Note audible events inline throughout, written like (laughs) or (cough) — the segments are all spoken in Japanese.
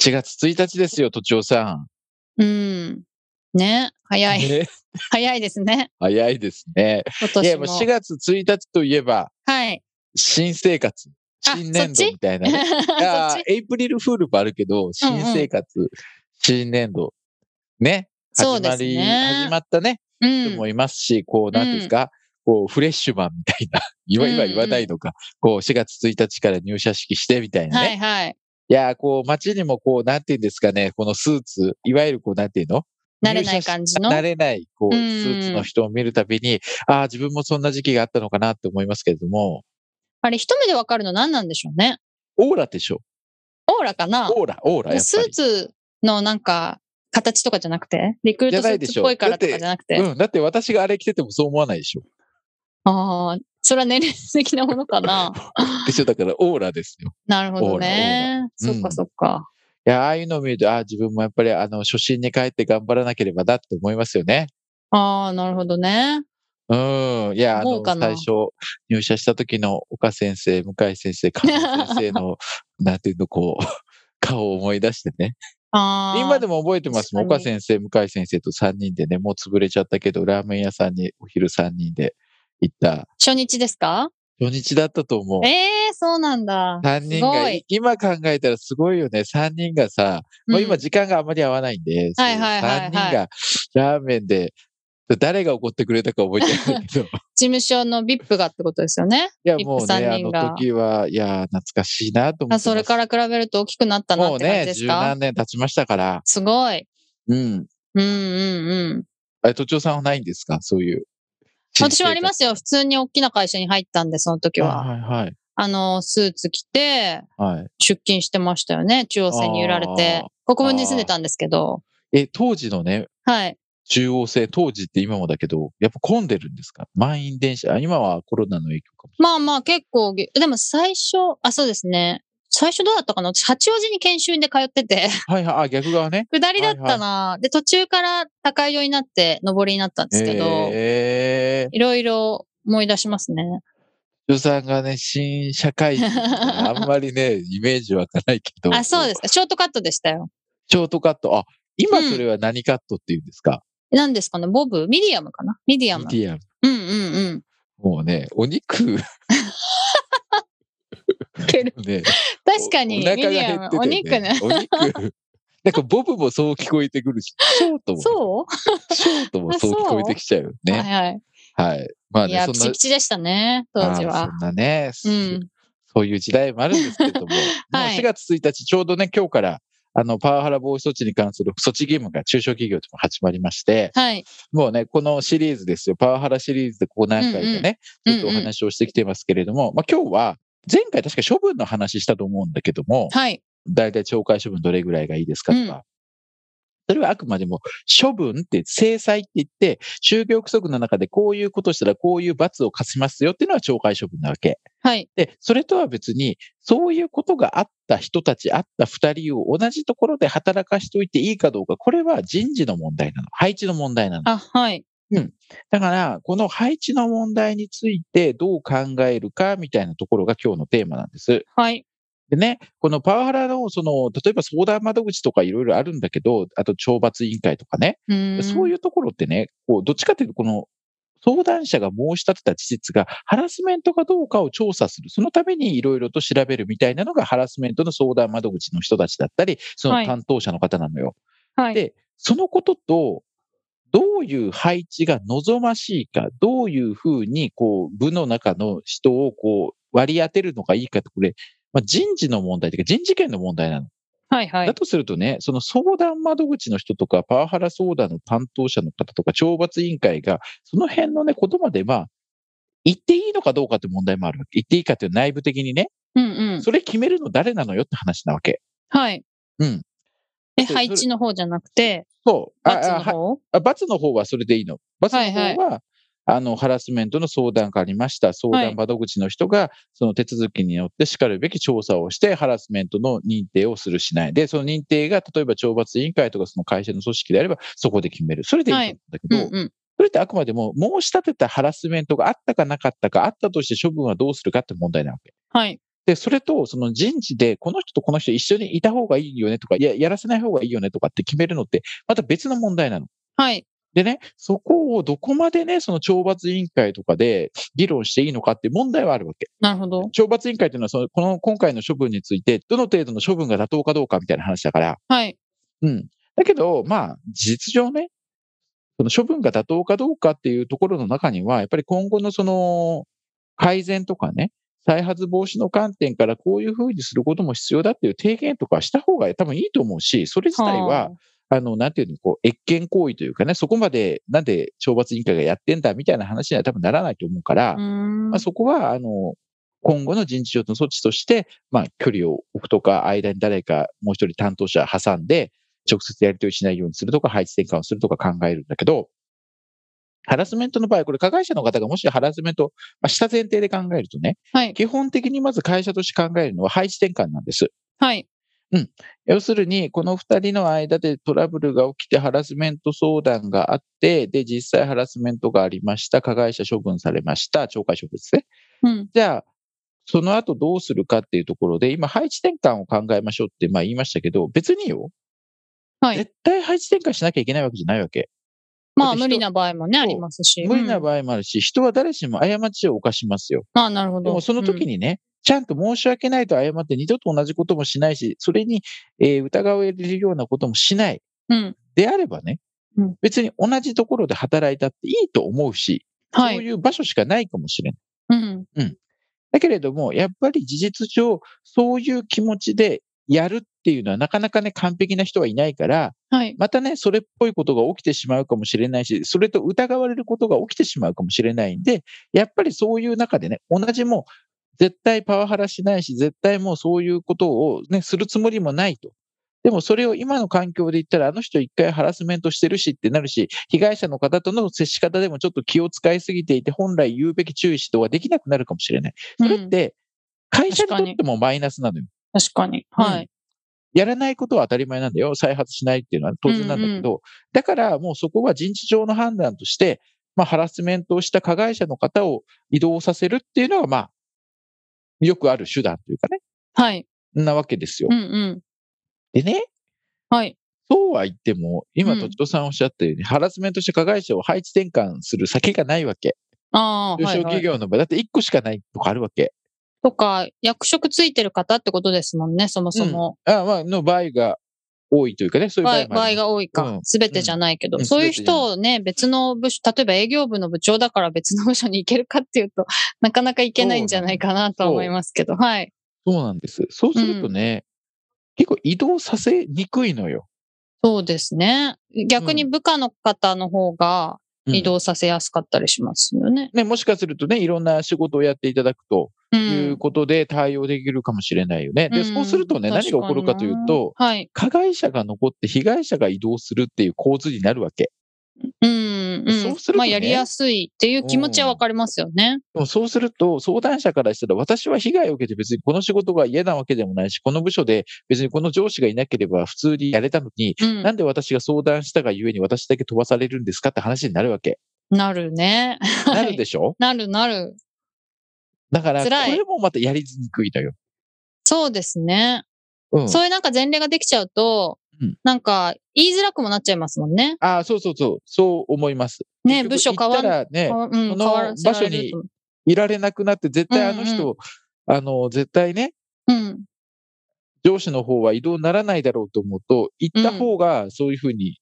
4月1日ですよ、とちおさん。うん。ね、早い、ね早いですね、早いですね。今い年や、もも。う4月1日といえば、はい。新生活。あ新年度みたい (laughs) な、ね。いやそっちエイプリルフールもあるけど、新生活、新年度。ね。そう始でますり、ね始まったね、う人もん。いますし、こう、なんていうんですか、こう、フレッシュマンみたいな、 (laughs) 今、今言わないのか、こう、4月1日から入社式してみたいなね。はいはい。いやー、こう、街にもこう、なんていうんですかね、このスーツ、いわゆるこう、なんていうの慣れない感じの入社し慣れない、こう、うスんーツの人を見るたびに、ああ、自分もそんな時期があったのかなって思いますけれども、あれ、一目でわかるの何なんでしょうね。オーラでしょオーラかなオーラ、オーラ、やっスぱーり。ツのなんか、形とかじゃなくてリクルートスーツっぽいからとかじゃなくて。うん、だって私があれ着ててもそう思わないでしょ。ああ、それは年齢的なものか (laughs) な。でしょ、だからオーラですよ。なるほオーどね。ラオーラそっうんかそっか。いやー、ああいうのを見ると、ああ、自分もやっぱり、あの、初心に帰って頑張らなければなって思いますよね。ああ、なるほどね。うん。いや、あ思の、うかな最初、入社した時の岡先生、向井先生、加藤先生 (laughs) の、なんていうの、こう、 (laughs) 顔を思い出してね。ああ。今でも覚えてますもん。確か岡に先生、向井先生と3人でね、もう潰れちゃったけど、ラーメン屋さんにお昼3人で行った。初日ですか初日だったと思う。ええー、そうなんだ。 3人がすごい、今考えたらすごいよね。3人がさ、もうう今ん時間があまり合わないんで、はいはいはいは3い人がラーメンで、誰が怒ってくれたか覚えてないけど、事務所の VIP がってことですよね。いや、リップもうね、 3あ人のが時は、いやー、懐かしいなと思ってまあす。それから比べると大きくなったなもっうて感じね、です十か、何年経ちましたから。すごい。うん。うんうんうん。え、都庁さんはないんですかそういう。私はありますすよ。普通に大きな会社に入ったんで、その時は。はいはいあの、スーツ着て、はい。はい。出勤してましたよね。中央線に揺られて。国分に住んでたんですけど。え、当時のね、はい。中央線、当時って今もだけど、やっぱ混んでるんですか満員電車。あ今はコロナの影響かもしれない。まあまあ結構ぎ、でも最初、あ、そうですね。最初どうだったかな私、八王子に研修で通ってて、 (laughs) はいはい、あ、逆側ね。下りだったな、で、途中から高井戸になって、上りになったんですけど。えー。いろいろ思い出しますね。都庁さんがね、新社会人だ (laughs) から。あんまりね、イメージ湧かないけど。。あ、そうですすか。ショートカットでしたよ。ショートカット。あ、今うんそれは何カットって言うんですか、何ですかねボブミディアムかなミディアム。ミディアム。うんうんうん。もうね、お肉、ける (laughs) ね、確かに、おミ腹デが減ィっアてム。おて肉ね。お (laughs) 肉。なんかボブもそう聞こえてくるし、ショートも、そショートもあそう聞こえてきちゃうよう、ね。はいはい。まあはい。いね、や、そピんなチピチでしたね、当あ時ーはそ。んなね、すうん。そういう時代もあるんですけれ (laughs) ども、はいもう4月1日、ちょうどね、今日から、あの、パワハラ防止措置に関する措置義務が中小企業でも始まりまして、はい。もうね、このシリーズですよ、パワハラシリーズでここ何回かね、うんうんずっとお話をしてきていますけれども、まあ今日は、前回確か処分の話したと思うんだけども、はい。大体懲戒処分どれぐらいがいいですかとか、うんそれはあくまでも処分って制裁って言って、就業規則の中でこういうことしたらこういう罰を課しますよっていうのは懲戒処分なわけ。はい。で、それとは別に、そういうことがあった人たち、あった二人を同じところで働かしておいていいかどうか、これは人事の問題なの。配置の問題なの。あ、はい。だから、この配置の問題についてどう考えるかみたいなところが今日のテーマなんです。はい。。でね、このパワハラの、その、例えば相談窓口とかいろいろあるんだけど、あと懲罰委員会とかね、そういううところってね、こう、どっちかというと、この、相談者が申し立てた事実がハラスメントかどうかを調査する。そのためにいろいろと調べるみたいなのがハラスメントの相談窓口の人たちだったり、そはのい担当者の方なのよ。はい。で、そのことと、どういう配置が望ましいか、どういうふうに、こう、部の中の人をこう、割り当てるのがいいかって、これ、まあ、人事の問題というか、人事権の問題なの。はい。はだい。とするとね、その相談窓口の人とか、パワハラ相談の担当者の方とか、懲罰委員会が、その辺のね、ことまで、まあ、言っていいのかどうかって問題もあるわけ。言っていいかっていう内部的にね、うんうん。それ決めるの誰なのよって話なわけ。はい。うん。え、そう配置の方じゃなくて、そう。あ罰あのは方あ罰の方はそれでいいの。罰の方は、はいあの、ハラスメントの相談がありました。相はい談窓口の人が、その手続きによってしかるべき調査をして、ハラスメントの認定をするしない。で、その認定が、例えば懲罰委員会とかその会社の組織であれば、そこで決める。それでいいと思うんだけうど、んうん。それってあくまでも申し立てたハラスメントがあったかなかったか、あったとして処分はどうするかって問題なわけ。はい。で、それと、その人事で、この人とこの人一緒にいた方がいいよねとか、いや、やらせない方がいいよねとかって決めるのって、また別の問題なの。はい。でね、そこをどこまでね、その懲罰委員会とかで議論していいのかって問題はあるわけ。なるほど。懲罰委員会っていうのはその、この今回の処分について、どの程度の処分が妥当かどうかみたいな話だから、はい。うん。だけど、まあ、実情ね、その処分が妥当かどうかっていうところの中には、やっぱり今後のその改善とかね、再発防止の観点からこういうふうにすることも必要だっていう提言とかした方が多分いいと思うし、それ自体は、ああの、なんていうの、こう、越権行為というかね、そこまでなんで懲罰委員会がやってんだみたいな話には多分ならないと思うから、ー。うーんまあ、そこは、あの、今後の人事上の措置として、まあ、距離を置くとか、間に誰かもう一人担当者挟んで、直接やり取りしないようにするとか、配置転換をするとか考えるんだけど、ハラスメントの場合、これ加害者の方がもしハラスメント、まあ、した前提で考えるとね、はい。基本的にまず会社として考えるのは配置転換なんです。はい。要するに、この二人の間でトラブルが起きてハラスメント相談があって、で、実際ハラスメントがありました、加害者処分されました、懲戒処分ですね。うん。じゃあ、その後どうするかっていうところで、今、配置転換を考えましょうってまあ言いましたけど、別によ、はい。絶対配置転換しなきゃいけないわけじゃないわけ。まあ、人無理な場合もね、ありますし。無理なうん場合もあるし、人は誰しも過ちを犯しますよ。まあ、なるほでど。もその時に。にね、ちゃんと申し訳ないと謝って二度と同じこともしないし、それに、えー疑われるようなこともしない。うん。であればねうん、別に同じところで働いたっていいと思うし、そはうい。いう場所しかないかもしれない。うん。だけれども、やっぱり事実上、そういう気持ちでやるっていうのは、なかなかね、完璧な人はいないから、はい。またね、それっぽいことが起きてしまうかもしれないし、それと疑われることが起きてしまうかもしれないんで、やっぱりそういう中でね、同じもう、絶対パワハラしないし、絶対もうそういうことをね、するつもりもないと。でもそれを今の環境で言ったら、あの人一回ハラスメントしてるしってなるし、被害者の方との接し方でもちょっと気を使いすぎていて、本来言うべき注意指導はできなくなるかもしれない。それうっんて、会社にと確かっにてもマイナスなのよ。確かに。はい。やらないことは当たり前なんだよ。再発しないっていうのは当然なんだけど、だからもうそこは人事上の判断として、まあ、ハラスメントをした加害者の方を移動させるっていうのは、まあ、よくある手段というかね、はい。なわけですようん。うん。でね、はい。そうは言っても、今、うんとちとさんおっしゃったように、ハラスメントして加害者を配置転換する先がないわけ。ああ、中は小い、は企い。業の場合、だって1個しかないとかあるわけ。とか、役職ついてる方ってことですもんね、そもそも。あまあ、の場合が多いというかね、そういう場合もあ場合る場合が多いかうん。すべてじゃないけど、うんそういう人をね、別の部署、例えば営業部の部長だから別の部署に行けるかっていうと、 (laughs) なかなか行けないんじゃないかなとは思いますけど、はい。そうなんです。そうするとね、結構移動させにくいのよ。そうですね。逆に部下の方の方がうん移動させやすかったりしますよね。ね、もしかするとね、いろんな仕事をやっていただくとういう。ことで対応できるかもしれないよね。で、んそうするとね、何が起こるかというと、、確になはい。加害者が残って被害者が移動するっていう構図になるわけ。うん、うん。そうするとねまあ、やりやすいっていう気持ちはわかりますよね。でもそうすると、相談者からしたら、私は被害を受けて別にこの仕事が嫌なわけでもないし、この部署で別にこの上司がいなければ普通にやれたのに、うんな。んで私が相談したがゆえに私だけ飛ばされるんですかって話になるわけ。なるね。 (laughs) なるでしょなるなる。だから、こ辛いれもまたやりにくいのよ。そうですね。うん。そういうなんか前例ができちゃうと、うんなんか言いづらくもなっちゃいますもんね。ああ、そうそうそう、そう思います。ね結部署局変わん行ったらね、こううん、そ変のわらせられると思いられなくなって、絶対あの人、あの、絶対ね、う。うん。上司の方は移動ならないだろうと思うと、行った方がそういうふうに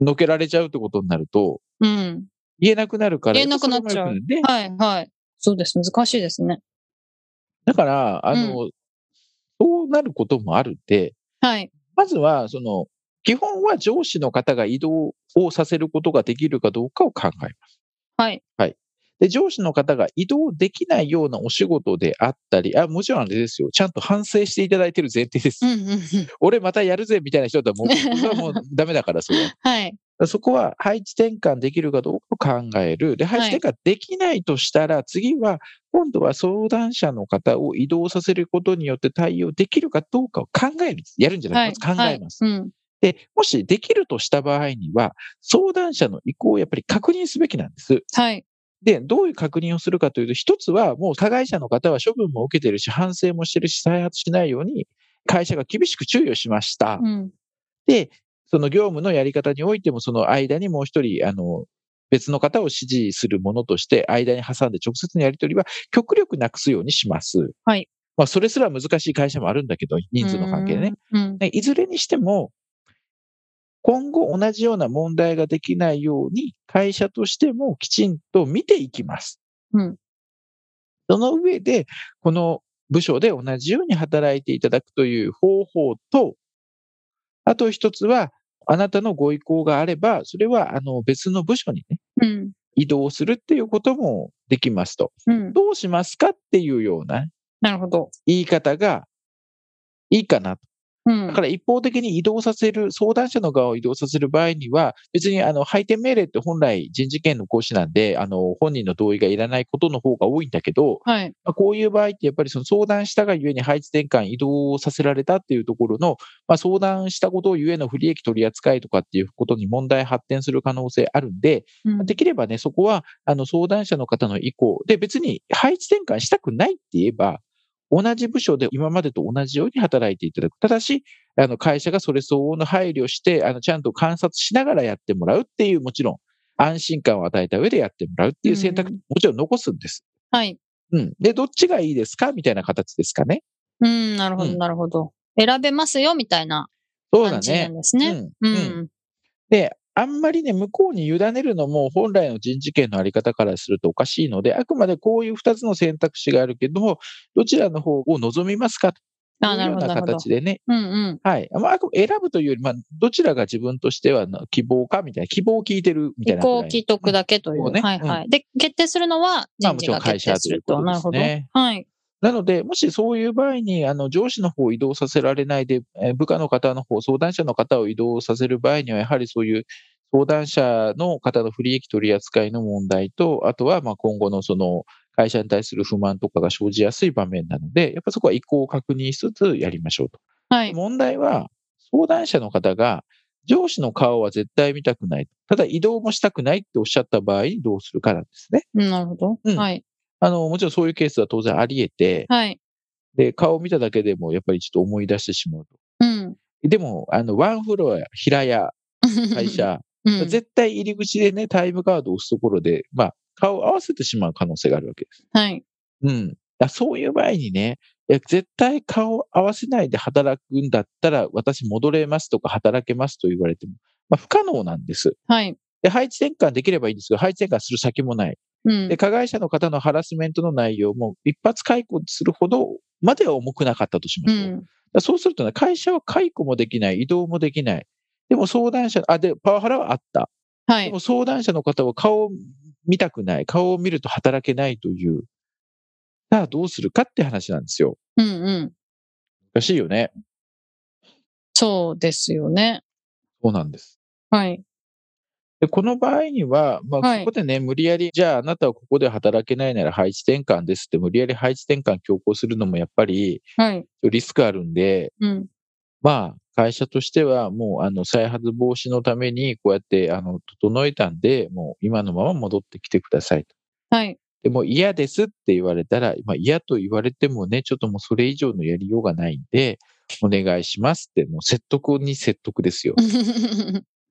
のけられちゃうってことになると、うん。言えなくなるから。言えなくなっちゃうそれも良くないねはい、はい。そうです。難しいですね。だから、あの、そうなることもあるんで、はい。まずは、その、基本は上司の方が移動をさせることができるかどうかを考えます。はい。で、上司の方が移動できないようなお仕事であったり、あ、もちろんあれですよ。ちゃんと反省していただいてる前提です。うんうんうん。俺またやるぜみたいな人だった (laughs) ら、もう、僕はもうダメだから、それは。はい。そこは配置転換できるかどうかを考える。で、配置転換できないとしたら、次は、今度は相談者の方を移動させることによって対応できるかどうかを考える。やるんじゃは。ないくて、まず考えます、はいうん。で、もしできるとした場合には、相談者の意向をやっぱり確認すべきなんです。はい。で、どういう確認をするかというと、一つはもう加害者の方は処分も受けてるし、反省もしてるし、再発しないように、会社が厳しく注意をしました。うん。で、その業務のやり方においても、その間にもう一人、あの、別の方を指示するものとして、間に挟んで直接のやり取りは極力なくすようにします。はい。まあ、それすら難しい会社もあるんだけど、人数の関係でね。うん。でいずれにしても、今後同じような問題ができないように、会社としてもきちんと見ていきます。うん。その上で、この部署で同じように働いていただくという方法と、あと一つは、あなたのご意向があれば、それはあの別の部署に、ね、うん。移動するっていうこともできますと。うん。どうしますかっていうようななるほど。言い方がいいかなとうん。だから一方的に移動させる、相談者の側を移動させる場合には、別にあの、配点命令って本来人事権の行使なんで、あの、本人の同意がいらないことの方が多いんだけど、はい。まあこういう場合ってやっぱりその相談したがゆえに配置転換移動させられたっていうところの、まあ、相談したことをゆえの不利益取り扱いとかっていうことに問題発展する可能性あるんで、うんできればね、そこは、あの、相談者の方の意向で、別に配置転換したくないって言えば、同じ部署で今までと同じように働いていただく。ただし、あの、会社がそれ相応の配慮して、あの、ちゃんと観察しながらやってもらうっていう、もちろん、安心感を与えた上でやってもらうっていう選択、うんもちろん残すんです。はい。うん。で、どっちがいいですかみたいな形ですかね。うん。なるほうど、んなるほど。選べますよ、みたいなそうだ感じなねん。ですね。うん。ううんん。で、あんまりね、向こうに委ねるのも本来の人事権のあり方からするとおかしいので、あくまでこういう2つの選択肢があるけども、どちらの方を望みますかとあいなうよるうほど、ななるほど。形でね、うんうん。はい。まあ、あく選ぶというより、まあ、どちらが自分としてはな希望かみたいな、希望を聞いてるみたい意なぐら向い。を聞いとくだけというんう。そうねはいはい。で、決定するのはまあ人も事ちろがん会決社定とすいうる。こととなでるすほど。ね。はい。なので、もしそういう場合に、あの、上司の方を移動させられないで、えー部下の方の方、相談者の方を移動させる場合には、やはりそういう相談者の方の不利益取り扱いの問題と、あとは、まあ、今後のその、会社に対する不満とかが生じやすい場面なので、やっぱそこは意向を確認しつつやりましょうと。はい。問題は、相談者の方が、上司の顔は絶対見たくない。ただ移動もしたくないっておっしゃった場合にどうするかなんですね。うんなるほど。うんはい。あの、もちろんそういうケースは当然あり得て、はい。で、顔を見ただけでもやっぱりちょっと思い出してしまうと。うん。 (laughs) でも、あの、ワンフロア、平屋、会社、うん。絶対入り口でね、タイムカードを押すところで、まあ、顔を合わせてしまう可能性があるわけです。はい。うん。だそういう場合にね、いや絶対顔を合わせないで働くんだったら、私戻れますとか働けますと言われても、まあ、不可能なんです。はい。で、配置転換できればいいんですけど、配置転換する先もない。うんで、。加害者の方のハラスメントの内容も一発解雇するほどまでは重くなかったとしまうしょう。ん。だからそうするとね、会社は解雇もできない、移動もできない。でも相談者、あ、で、パワハラはあった。はでいも。相談者の方は顔を見たくない、顔を見ると働けないという。さあ、どうするかって話なんですよ。うんうん。らしいよね。そうですよね。そうなんです。はい。で、この場合には、まはあ、いここでね、無理やり、じゃああなたはここで働けないなら配置転換ですって、無理やり配置転換強行するのもやっぱりはい。リスクあるんで、うん。まあ、会社としてはもうあの再発防止のためにこうやってあの整えたんで、もう今のまま戻ってきてくださいと。はい。 (laughs) でもう嫌ですって言われたら、まあ、嫌と言われてもね、ちょっともうそれ以上のやりようがないんで、お願いしますって、もう説得に説得ですよ。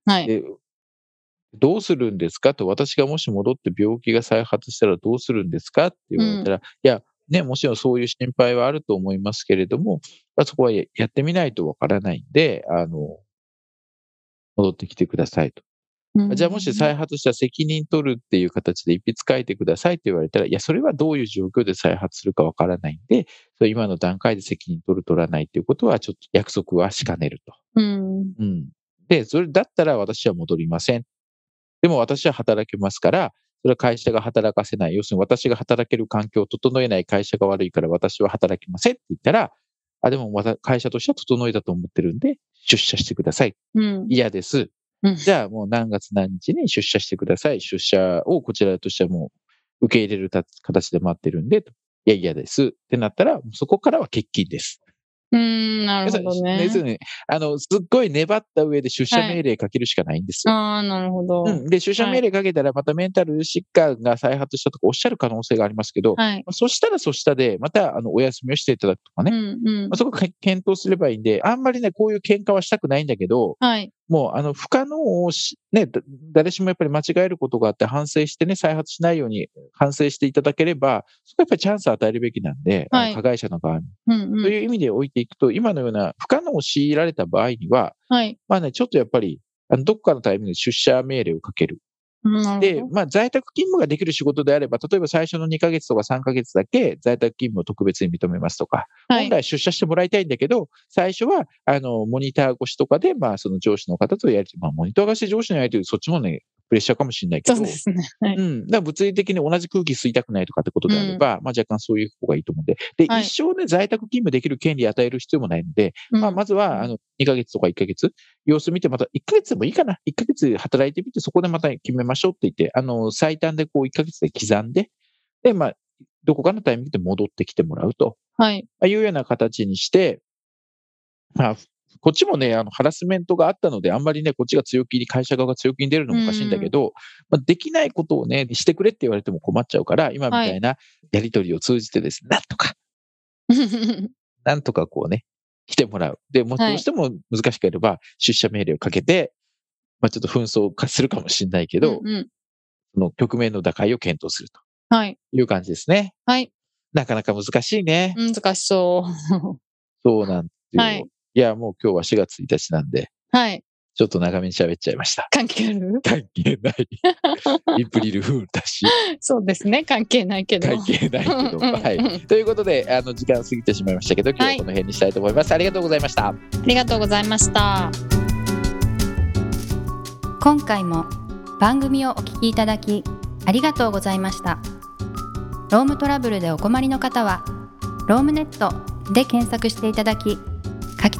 はい。でどうするんですかと、私がもし戻って病気が再発したらどうするんですかって言われたら、いや、ね、もちろんそういう心配はあると思いますけれども、まあ、そこはややってみないとわからないんで、あの、戻ってきてくださいと。じゃあもし再発したら責任取るっていう形で一筆書いてくださいって言われたら、いや、それはどういう状況で再発するかわからないんで、それ今の段階で責任取る取らないっていうことは、ちょっと約束はしかねると。うん。うん。で、それだったら私は戻りません。でも私は働けますから、それは会社が働かせない。要するに私が働ける環境を整えない会社が悪いから私は働きませんって言ったら、あ、でもまた会社としては整えたと思ってるんで、出社してください。うん。嫌です。うんじゃあもう何月何日に出社してください。出社をこちらとしてはもう受け入れるた形で待ってるんで、といや嫌です。ってなったら、もうそこからは欠勤です。うーん、なる要すほるどに、ね。要するにあの、すっごい粘った上で出社はい命令かけるしかないんですよ。ああ、なるほど。うん、で、出社はい命令かけたら、またメンタル疾患が再発したとかおっしゃる可能性がありますけど、はい。そしたらそしたで、またあのお休みをしていただくとかうね、ん、うまんあ、。そこか検討すればいいんで、あんまりね、こういう喧嘩はしたくないんだけど、はい。もうあの不可能をし、ね、だ誰しもやっぱり間違えることがあって、反省してね、再発しないように反省していただければ、そこはやっぱりチャンスを与えるべきなんで、はあいの加害者の側に。うん、とうん。いう意味で置いていくと、今のような不可能を強いられた場合には、はい。まあね、ちょっとやっぱり、あのどこかのタイミングで出社命令をかける。うんなるでほど。、まあ、在宅勤務ができる仕事であれば、例えば最初の2ヶ月とか3ヶ月だけ在宅勤務を特別に認めますとか、は本い。来出社してもらいたいんだけど、最初は、あの、モニター越しとかで、まあ、その上司の方とやりとり、まあ、モニター越しで上司のやりとり、そっちもね、プレッシャーかもしれないけそど、。うですね。はいうん。だから物理的に同じ空気吸いたくないとかってことであれば、まあ若干そういう方がいいと思うんで。で、はい一生ね、在宅勤務できる権利与える必要もないので、まあまずは、あの、2ヶ月とか1ヶ月、様子見て、また1ヶ月でもいいかな。1ヶ月働いてみて、そこでまた決めましょうって言って、あの、最短でこう1ヶ月で刻んで、で、まあ、どこかのタイミングで戻ってきてもらうと。うんはい。まあいうような形にして、まあ、こっちもね、あの、ハラスメントがあったので、あんまりね、こっちが強気に、会社側が強気に出るのもおかしいんだけど、まあ、できないことをね、してくれって言われても困っちゃうから、今みたいなやりとりを通じてですね、なんとか、なんとかこうね、来てもらう。で、もうはいどうしても難しければ、出社命令をかけて、まあ、ちょっと紛争化するかもしれないけど、うんうんその局面の打開を検討するとはい。いう感じですね。はい。なかなか難しいね。難しそう。そうなんですよ。はいい、や、もう今日は4月1日なんで、はい。ちょっと長めに喋っちゃいま (laughs) した。関係ある関係ない。イプリルフールだし、そうですね。関係ないけど。関係ないけど。うんうんうんはい。ということで、あの、時間過ぎてしまいましたけど、今日はこの辺にしたいと思います。ありがとうございました。ありがとうございました。今回も番組をお聞きいただきありがとうございましたロームトラブルでお困りの方は「ロームネット」で検索していただき柿